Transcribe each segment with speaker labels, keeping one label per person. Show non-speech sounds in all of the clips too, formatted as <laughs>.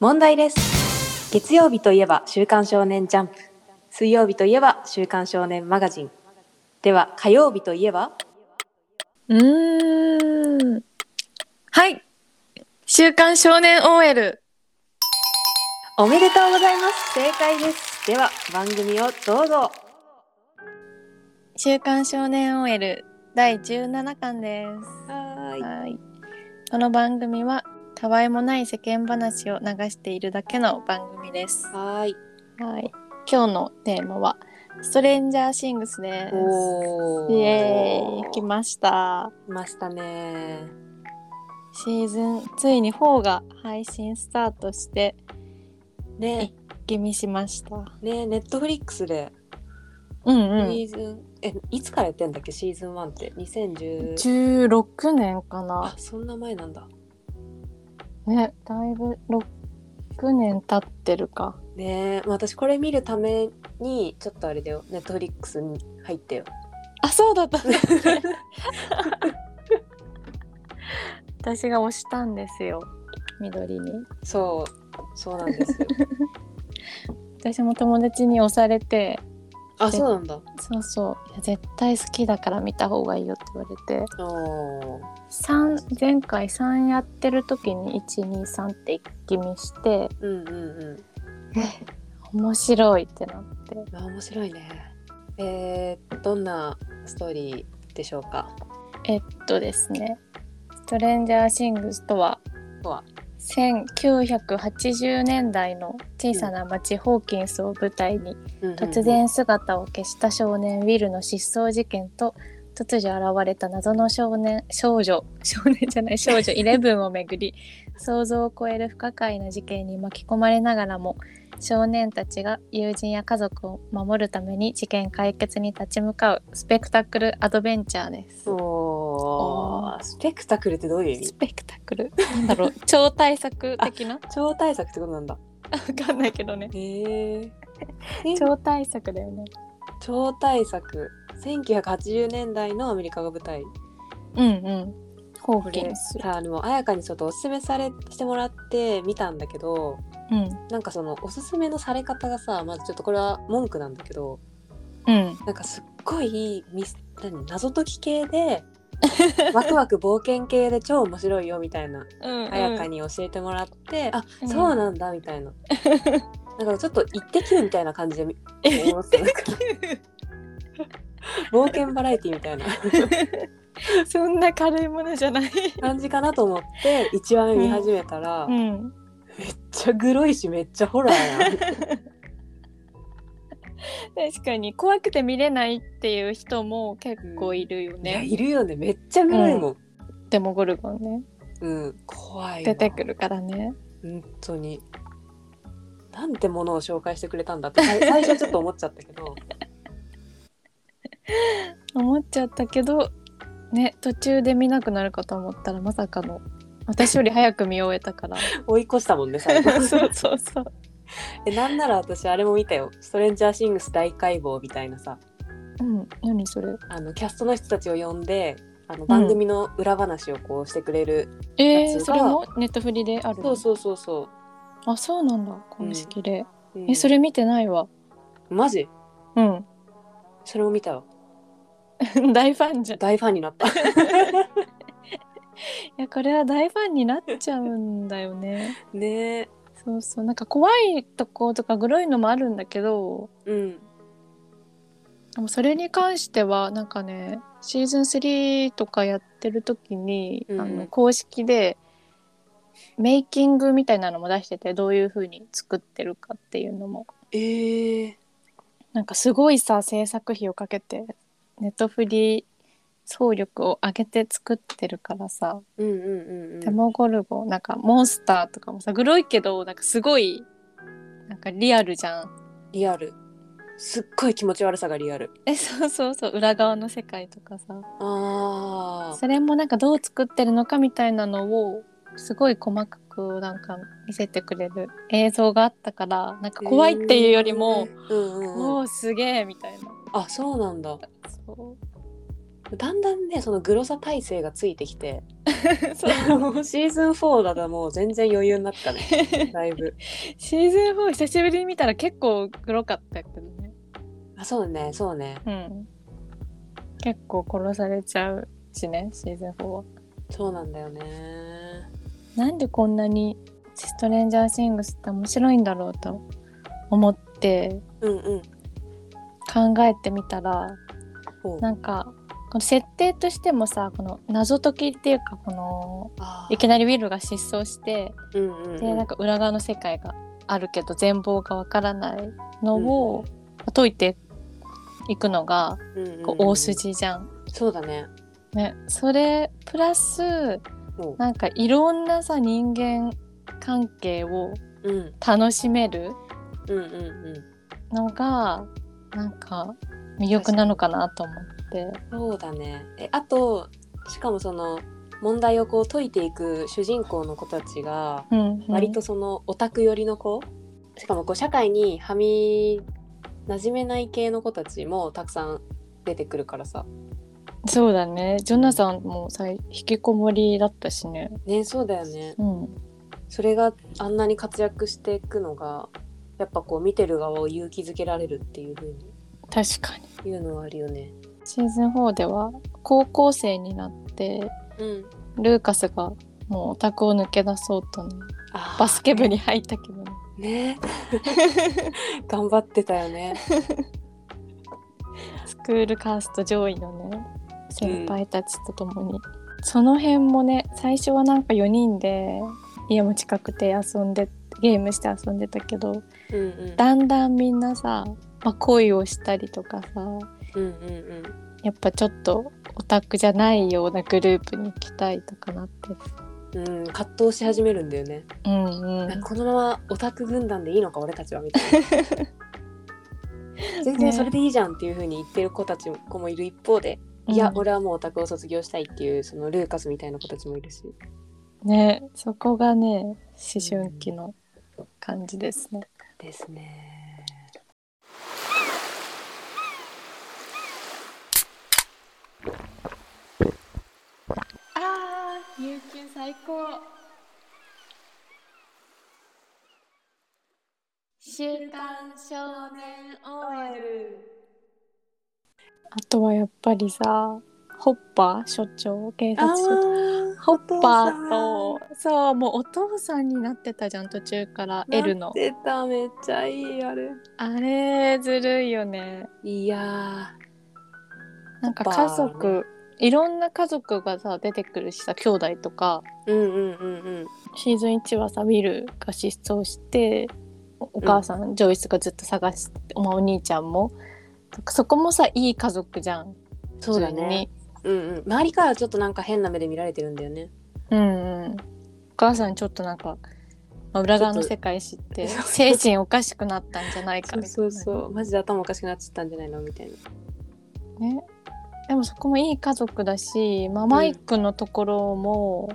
Speaker 1: 問題です月曜日といえば「週刊少年ジャンプ」水曜日といえば「週刊少年マガジン」では火曜日といえば
Speaker 2: うーん。はい。週刊少年 OL。
Speaker 1: おめでとうございます正解ですでは番組をどうぞ
Speaker 2: 週刊少年 OL 第17巻です。
Speaker 1: は
Speaker 2: はい。この番組は、たわいもない世間話を流しているだけの番組です。
Speaker 1: はい
Speaker 2: はい。今日のテーマは、ストレンジャーシングスです。
Speaker 1: お
Speaker 2: イエーイ来ました。
Speaker 1: いましたね
Speaker 2: シーズン、ついに4が配信スタートして、
Speaker 1: ね
Speaker 2: 気味しました。
Speaker 1: ねネットフリックスで
Speaker 2: うん
Speaker 1: シ
Speaker 2: うん。
Speaker 1: ーズン、えいつからやってんだっけシーズン1って2010
Speaker 2: 16年かな
Speaker 1: あ。そんな前なんだ
Speaker 2: ね、だいぶ6年経ってるか。
Speaker 1: ねえまあ私これ見るためにちょっとあれだよネットフリックスに入って <laughs> よ
Speaker 2: あ、そうだった。 <laughs> 私が押したんですよ。緑に。
Speaker 1: そうそうなんです
Speaker 2: <laughs>
Speaker 1: よ
Speaker 2: 私も友達に押されて、
Speaker 1: あそうなんだ
Speaker 2: そうそう、いや絶対好きだから見た方がいいよって言われて、
Speaker 1: おー
Speaker 2: 三前回3やってる時に1、2、3って一気見して、
Speaker 1: うんうんうん
Speaker 2: 面白いってなって。
Speaker 1: あ面白いねえー、どんなストーリーでしょうか
Speaker 2: えっとですね、ストレンジャーシングスとは、
Speaker 1: とは
Speaker 2: 1980年代の小さな町ホーキンスを舞台に
Speaker 1: うんうんうん
Speaker 2: 突然姿を消した少年ウィルの失踪事件と突如現れた謎の少年少女少年じ
Speaker 1: <laughs>
Speaker 2: ゃない少女11をめぐり想像を超える不可解な事件に巻き込まれながらも少年たちが友人や家族を守るために事件解決に立ち向かうスペクタクルアドベンチャーです。
Speaker 1: おースペクタクルってどういう意
Speaker 2: ス
Speaker 1: 味
Speaker 2: ペクタクルなんだろう超大作的な
Speaker 1: <laughs> 超大作ってことなんだ
Speaker 2: 分かんないけどね
Speaker 1: へえ
Speaker 2: 超大作だよね
Speaker 1: 超大作1980年代のアメリカが舞台
Speaker 2: うんうんホ
Speaker 1: こ
Speaker 2: ーキ
Speaker 1: れ
Speaker 2: ンス
Speaker 1: さあでも彩香にちょっとおすすめされしてもらって見たんだけど
Speaker 2: うん
Speaker 1: なんかそのおすすめのされ方がさまずちょっとこれは文句なんだけど
Speaker 2: うん
Speaker 1: なんかすっごいミス何謎解き系で
Speaker 2: <laughs>
Speaker 1: ワクワク冒険系で超面白いよみたいな
Speaker 2: うん
Speaker 1: 彩香に教えてもらって、あ
Speaker 2: うん
Speaker 1: そうなんだみたい
Speaker 2: <laughs>
Speaker 1: ななんかちょっと「イッテ Q!」みたいな感じで見
Speaker 2: え
Speaker 1: 思ってたなんか冒険バラエティみたいな
Speaker 2: そんな軽いものじゃない
Speaker 1: 感じかなと思って1話目見始めたら、
Speaker 2: う
Speaker 1: めっ
Speaker 2: ん
Speaker 1: ちゃグロいしめっちゃホラー
Speaker 2: <laughs>
Speaker 1: やん
Speaker 2: 確かに怖くて見れないっていう人も結構いるよ
Speaker 1: いや
Speaker 2: ね、
Speaker 1: いるよねめっちゃグロいもん、
Speaker 2: でもゴルゴンね
Speaker 1: うん怖いわ
Speaker 2: 出てくるからね
Speaker 1: 本当になんてものを紹介してくれたんだってさい最初ちょっと思っちゃったけど <laughs>
Speaker 2: 思っちゃったけどね途中で見なくなるかと思ったらまさかの私より早く見終えた <laughs> から
Speaker 1: 追い越したもんね最 <laughs> 後
Speaker 2: そうそうそう
Speaker 1: えなんなら私あれも見たよ「ストレンジャーシングス大解剖」みたいなさ
Speaker 2: うん何それ
Speaker 1: あのキャストの人たちを呼んであの番組の裏話をこうしてくれる、
Speaker 2: え
Speaker 1: や
Speaker 2: ー、
Speaker 1: つ
Speaker 2: そ
Speaker 1: が
Speaker 2: れもネットフリである
Speaker 1: そうそうそうそ
Speaker 2: あそうなんだ公式で、
Speaker 1: う、
Speaker 2: えそ
Speaker 1: れ
Speaker 2: れ見てないわ
Speaker 1: マジ
Speaker 2: うん
Speaker 1: それも見たわ
Speaker 2: <laughs> 大ファンじゃんい
Speaker 1: 大ファンになった
Speaker 2: やこれは大ファンになっちゃうんだよね
Speaker 1: <laughs> ねえ
Speaker 2: そうそうなんか怖いとことかグロいのもあるんだけど
Speaker 1: うん
Speaker 2: でもそれに関してはなんかねシーズン3とかやってる時に、
Speaker 1: うん
Speaker 2: あの公式でメイキングみたいなのも出しててどういう風に作ってるかっていうのも
Speaker 1: ええ
Speaker 2: なんかすごいさ制作費をかけてネットフリ総力を上げて作ってるからさ、
Speaker 1: うんうんうんうん
Speaker 2: テモゴルゴなんかモンスターとかもさグロいけどなんかすごいなんかリアルじゃん。 <laughs>
Speaker 1: リアルすっごい気持ち悪さがリアル
Speaker 2: えそうそうそう裏側の世界とかさ
Speaker 1: あー
Speaker 2: それもなんかどう作ってるのかみたいなのをすごい細かくなんか見せてくれる映像があったからなんか怖いっていうよりも、
Speaker 1: うんうんうん
Speaker 2: おおすげえみたいな
Speaker 1: あそうなんだ
Speaker 2: そう
Speaker 1: だんだんねそのグロさ体制がついてき
Speaker 2: <laughs>
Speaker 1: てもう <laughs> シーズン4だともう全然余裕になったねだいぶ
Speaker 2: シーズン4久しぶりに見たら結構グロかったけどね。
Speaker 1: あそうねそうね
Speaker 2: うん。結構殺されちゃうしね、シーズン4は。
Speaker 1: そうなんだよね
Speaker 2: なんでこんなにストレンジャーシングスって面白いんだろうと思って
Speaker 1: うんうん
Speaker 2: 考えてみたら、
Speaker 1: ほう
Speaker 2: なんか、この設定としてもさ、この謎解きっていうか、この、
Speaker 1: あー
Speaker 2: いきなりウィルが失踪して、
Speaker 1: うんうんうん
Speaker 2: でなんか裏側の世界があるけど全貌がわからないのを解いていくのが
Speaker 1: うんうんうん
Speaker 2: こう大筋じゃん。
Speaker 1: そうだね
Speaker 2: ね、それプラス
Speaker 1: も
Speaker 2: なんかいろんなさ人間関係を
Speaker 1: ううん
Speaker 2: 楽しめる
Speaker 1: うんうんうん
Speaker 2: のがなんか魅力なのかなと思って。
Speaker 1: そうだねえあとしかもその問題をこう解いていく主人公の子たちが
Speaker 2: うんうん
Speaker 1: 割とそのオタク寄りの子しかもこう社会にはみ馴染めない系の子たちもたくさん出てくるからさ
Speaker 2: そうだねジョナさんもさ引きこもりだったしね。
Speaker 1: ねそうだよね
Speaker 2: うん、
Speaker 1: それがあんなに活躍していくのがやっぱこう見てる側を勇気づけられるっていう風に
Speaker 2: 確かに
Speaker 1: 言うのはあるよね
Speaker 2: シーズン4では高校生になって
Speaker 1: うん
Speaker 2: ルーカスがもうオタクを抜け出そうとね
Speaker 1: あー
Speaker 2: バスケ部に入ったけどね
Speaker 1: ね <laughs> 頑張ってたよ <laughs> ね
Speaker 2: スクールカースト上位のね先輩たちと共に、その辺もね最初はなんか4人で家も近くて遊んでゲームして遊んでたけど
Speaker 1: うんうん
Speaker 2: だんだんみんなさ、まあ、恋をしたりとかさ
Speaker 1: うんうんうん
Speaker 2: やっぱちょっとオタクじゃないようなグループに行きたいとかなって
Speaker 1: うん、葛藤し始めるんだよね、
Speaker 2: うん
Speaker 1: な
Speaker 2: う
Speaker 1: ん
Speaker 2: ん
Speaker 1: かこのままオタク軍団でいいのか俺たちはみたいな全然それでいいじゃんっていう風に言ってる子たちも子もいる一方で、いや
Speaker 2: うん
Speaker 1: 俺はもうオタクを卒業したいっていうそのルーカスみたいな子たちもいるし
Speaker 2: ねそこがね思春期の感じですね
Speaker 1: ですね
Speaker 2: あー、有給最高。週刊少年 OL。あとはやっぱりさ、ホッパー所長、警察署長。ホッパーと、そう、もうお父さんになってたじゃん、途中から、L の。
Speaker 1: 出ためっちゃいいあれ
Speaker 2: あれ、ずるいよね。
Speaker 1: いや
Speaker 2: なんか
Speaker 1: ホッパー
Speaker 2: 家族、いろんな家族がさ、出てくるしさ、兄弟とか。
Speaker 1: ーうんうんうんうん
Speaker 2: シーズン1はさウィルが失踪しておお母さん、ジョイスがずっと探して、まあ、お兄ちゃんもそこもさいい家族じゃん
Speaker 1: そうだね、うんうん、周りからちょっとなんか変な目で見られてるんだよね
Speaker 2: 普通にうんうん、お母さんちょっとなんか、まあ、裏側の世界知 <laughs> って
Speaker 1: ちょっと
Speaker 2: 精神おかしくなったんじゃないか
Speaker 1: そ
Speaker 2: み
Speaker 1: う
Speaker 2: たいな
Speaker 1: そうそうマジで頭おかしくなっちゃったんじゃないのみたいな
Speaker 2: ねでもそこもいい家族だし、まあ、マイクのところも、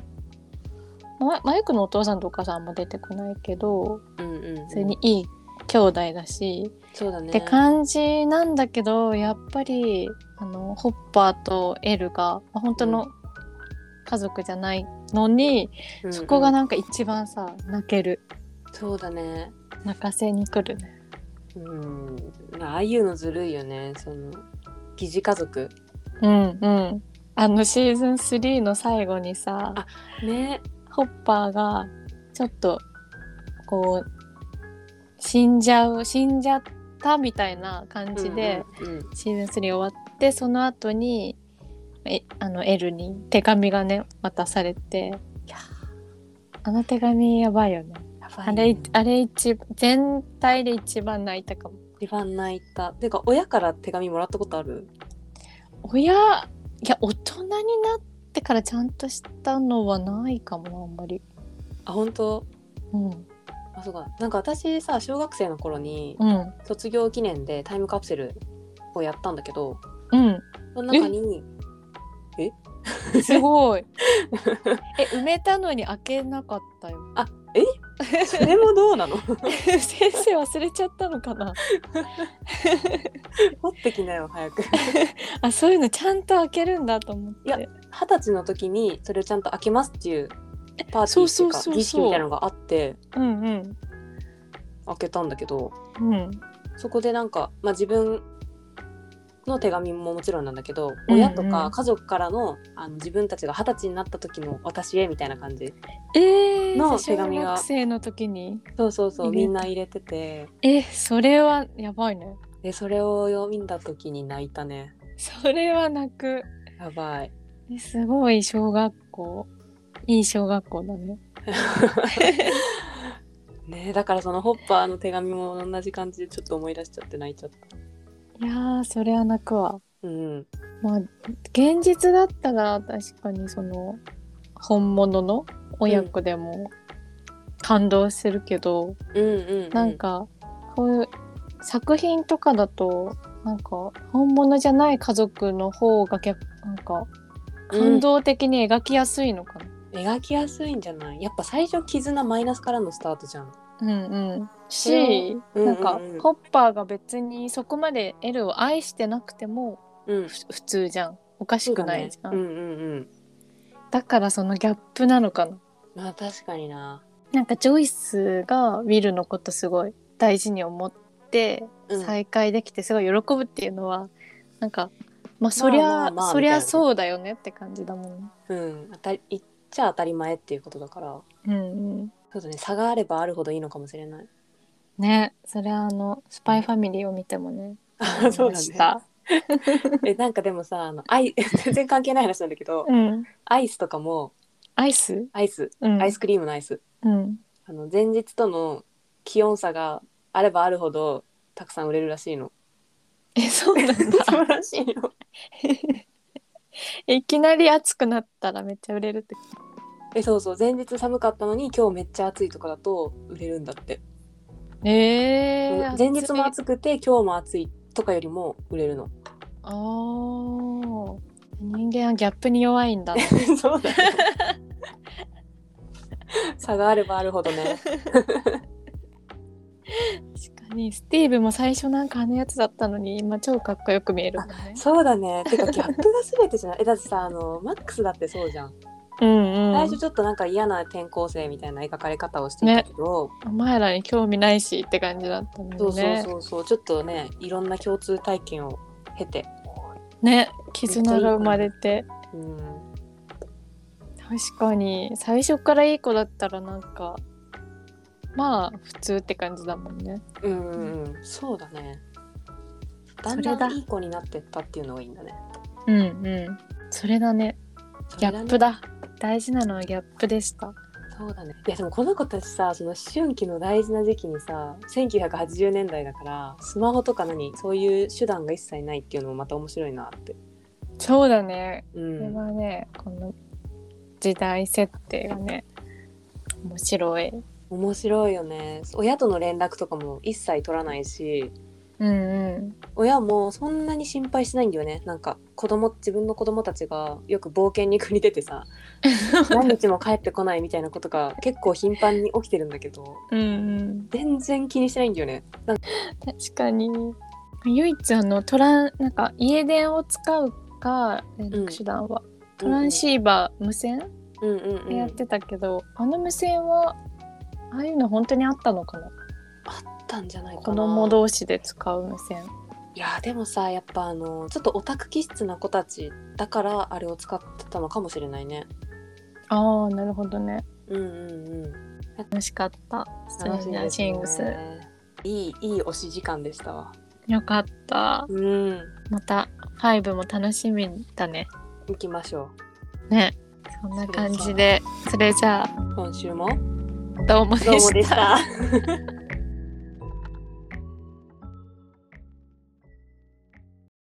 Speaker 2: まマイクのお父さんとお母さんも出てこないけど
Speaker 1: うんうん、うん、
Speaker 2: 普通にいい兄弟だし、
Speaker 1: そうだね
Speaker 2: って感じなんだけどやっぱりあのホッパーとエルがまあ本当
Speaker 1: う
Speaker 2: の家族じゃないのに、
Speaker 1: うんうん
Speaker 2: そこがなんか一番さ泣ける
Speaker 1: そうだね
Speaker 2: 泣かせに来るね
Speaker 1: うんああいうのずるいよねその疑似家族
Speaker 2: うんうんあのシーズン3の最後にさ
Speaker 1: あね
Speaker 2: ホッパーがちょっとこう死んじゃう死んじゃったみたいな感じで、
Speaker 1: うんうん
Speaker 2: シーズン3終わってその後にえあのエルに手紙がね渡されていやあの手紙やばいよね
Speaker 1: やば
Speaker 2: あ
Speaker 1: い
Speaker 2: れ
Speaker 1: ね
Speaker 2: あれ一全体で一番泣いたかも
Speaker 1: 一番泣いたてか親から手紙もらったことある
Speaker 2: 親いや大人になってからちゃんとしたのはないかもなあんまり
Speaker 1: あ本当
Speaker 2: うん
Speaker 1: あそうかなんか私さ小学生の頃に
Speaker 2: うん
Speaker 1: 卒業記念でタイムカプセルをやったんだけど
Speaker 2: う
Speaker 1: その中に
Speaker 2: <laughs> んすごいえ埋めたのに開けなか <laughs> ったよ
Speaker 1: それもどうなの <laughs>
Speaker 2: 先生忘れちゃったのかな
Speaker 1: 持ってきなよ早く
Speaker 2: あそういうのちゃんと開けるんだと思って
Speaker 1: いや二十歳の時にそれをちゃんと開けますっていうパーティ
Speaker 2: そ
Speaker 1: ー
Speaker 2: う
Speaker 1: ってい
Speaker 2: そうう
Speaker 1: か
Speaker 2: そうそう
Speaker 1: 儀式みたいなのがあって
Speaker 2: うんうん
Speaker 1: 開けたんだけど
Speaker 2: うん
Speaker 1: そこでなんか、まあ、自分の手紙ももちろんなんだけど、
Speaker 2: うんうん
Speaker 1: 親とか家族からのあの自分たちが二十歳になった時の私へみたいな感じ
Speaker 2: えー、
Speaker 1: の
Speaker 2: じゃ
Speaker 1: 手
Speaker 2: あ
Speaker 1: 紙が
Speaker 2: 小学生の時に
Speaker 1: そうそうそう
Speaker 2: 入れ
Speaker 1: みんな入れてて
Speaker 2: えそれはやばいね
Speaker 1: でそれを読んだ時に泣いたね
Speaker 2: それは泣く
Speaker 1: やばい
Speaker 2: えすごい小学校いい小学校だね
Speaker 1: ねだからそのホッパーの手紙も同じ感じでちょっと思い出しちゃって泣いちゃった
Speaker 2: いやーそれは泣くわ
Speaker 1: うん
Speaker 2: まあ現実だったら確かにその本物の親子でも感動するけど、
Speaker 1: うんうん、うん、
Speaker 2: なんかこういう作品とかだとなんか本物じゃない家族の方が逆なんか感動的に描きやすいのかな、
Speaker 1: 描きやすいんじゃないやっぱ最初絆マイナスからのスタートじゃん
Speaker 2: うんうん、
Speaker 1: それ
Speaker 2: し、
Speaker 1: うん
Speaker 2: なんか、
Speaker 1: うんうん
Speaker 2: ホッパーが別にそこまでエルを愛してなくても
Speaker 1: うん
Speaker 2: ふ普通じゃんおかしくないじゃん
Speaker 1: う,、んうんうん
Speaker 2: だからそのギャップなのかな
Speaker 1: まあ確かにな
Speaker 2: なんかジョイスがウィルのことすごい大事に思って
Speaker 1: うん
Speaker 2: 再会できてすごい喜ぶっていうのは、なんかまあそりゃ、
Speaker 1: まあまあまあ
Speaker 2: そり
Speaker 1: みたい
Speaker 2: ゃ
Speaker 1: な
Speaker 2: そうだよねって感じだもんね
Speaker 1: うん当たり言っちゃ当たり前っていうことだから
Speaker 2: うんうん
Speaker 1: ちょっとね差があればあるほどいいのかもしれない
Speaker 2: ねそれはあのスパイファミリーを見てもね
Speaker 1: あ <laughs> そうだ
Speaker 2: 思いまし
Speaker 1: ね
Speaker 2: た
Speaker 1: えなんかでもさあのアイ <laughs> 全然関係ない話なんだけど
Speaker 2: うん
Speaker 1: アイスとかも
Speaker 2: アイス、
Speaker 1: アイス
Speaker 2: うん、
Speaker 1: アイスクリームのアイス、
Speaker 2: うん
Speaker 1: あの前日との気温差があればあるほどたくさん売れるらしいの
Speaker 2: えそ
Speaker 1: <laughs>
Speaker 2: うなん
Speaker 1: そう
Speaker 2: だ
Speaker 1: らしいよ
Speaker 2: いきなり暑くなったらめっちゃ売れるって
Speaker 1: えそうそう前日寒かったのに今日めっちゃ暑いとかだと売れるんだって
Speaker 2: え
Speaker 1: うん前日も暑くて今日も暑いとかよりも売れる <laughs> の
Speaker 2: あー人間はギャップに弱いんだな
Speaker 1: そう <laughs> だ、ね、差があればあるほどね
Speaker 2: 確かにスティーブも最初なんかあのやつだったのに今超かっこよく見えるもんね
Speaker 1: そうだねてかギャップが全てじゃないえだってさあのマックスだってそうじゃん、
Speaker 2: うんう
Speaker 1: 最
Speaker 2: ん
Speaker 1: 初ちょっとなんか嫌な転校生みたいな描かれ方をしていたけど、
Speaker 2: お前らに興味ないしって感じだったのにね
Speaker 1: そうそうそうそうちょっとねいろんな共通体験を経て
Speaker 2: ね絆が生まれて
Speaker 1: うん
Speaker 2: 確かに最初からいい子だったらなんかまあ普通って感じだもんね
Speaker 1: うんうん、うん、そうだねだん
Speaker 2: それ
Speaker 1: だ
Speaker 2: だ
Speaker 1: んいい子になってったっていうのがいいんだね
Speaker 2: うんうんそれだね
Speaker 1: そ
Speaker 2: ギ
Speaker 1: れ
Speaker 2: ャ
Speaker 1: がね
Speaker 2: ップだ大事なのはギャップでした
Speaker 1: そうだね。いやでもこの子たちさ、その思春期の大事な時期にさ、1980年代だから、スマホとか何、そういう手段が一切ないっていうのもまた面白いなって。
Speaker 2: そうだね
Speaker 1: う
Speaker 2: これ
Speaker 1: ん。
Speaker 2: はねこの時代設定がね面白い
Speaker 1: 面白いよね。親との連絡とかも一切取らないし、
Speaker 2: うんうん
Speaker 1: 親もそんなに心配しないんだよね。なんか子供、自分の子供たちがよく冒険に国出て
Speaker 2: <laughs>
Speaker 1: さ、何日も帰ってこないみたいなことが結構頻繁に起きてるんだけど、
Speaker 2: うんうん
Speaker 1: 全然気にしてないんだよね。
Speaker 2: 確かに唯一あのトランなんか家電を使うか連絡手段は、トランシーバー無線
Speaker 1: うんうんうん。
Speaker 2: やってたけど、あの無線はああいうの本当にあったのかな
Speaker 1: たんじゃないかな。
Speaker 2: 子供同士で使う無線
Speaker 1: いやーでもさやっぱあのちょっとオタク気質な子たちだからあれを使ってたのかもしれないね
Speaker 2: ああなるほどね
Speaker 1: うんうんうん
Speaker 2: 楽しかったストレ
Speaker 1: 楽し
Speaker 2: ン
Speaker 1: い
Speaker 2: ジャー
Speaker 1: です
Speaker 2: シングス
Speaker 1: ねいいいい推し時間でしたわ
Speaker 2: よかった
Speaker 1: うん
Speaker 2: また5も楽しみだね
Speaker 1: 行きましょ
Speaker 2: ねそんな感じでそれじゃあ
Speaker 1: う今週も
Speaker 2: どうもで
Speaker 1: どうもで
Speaker 2: し
Speaker 1: したた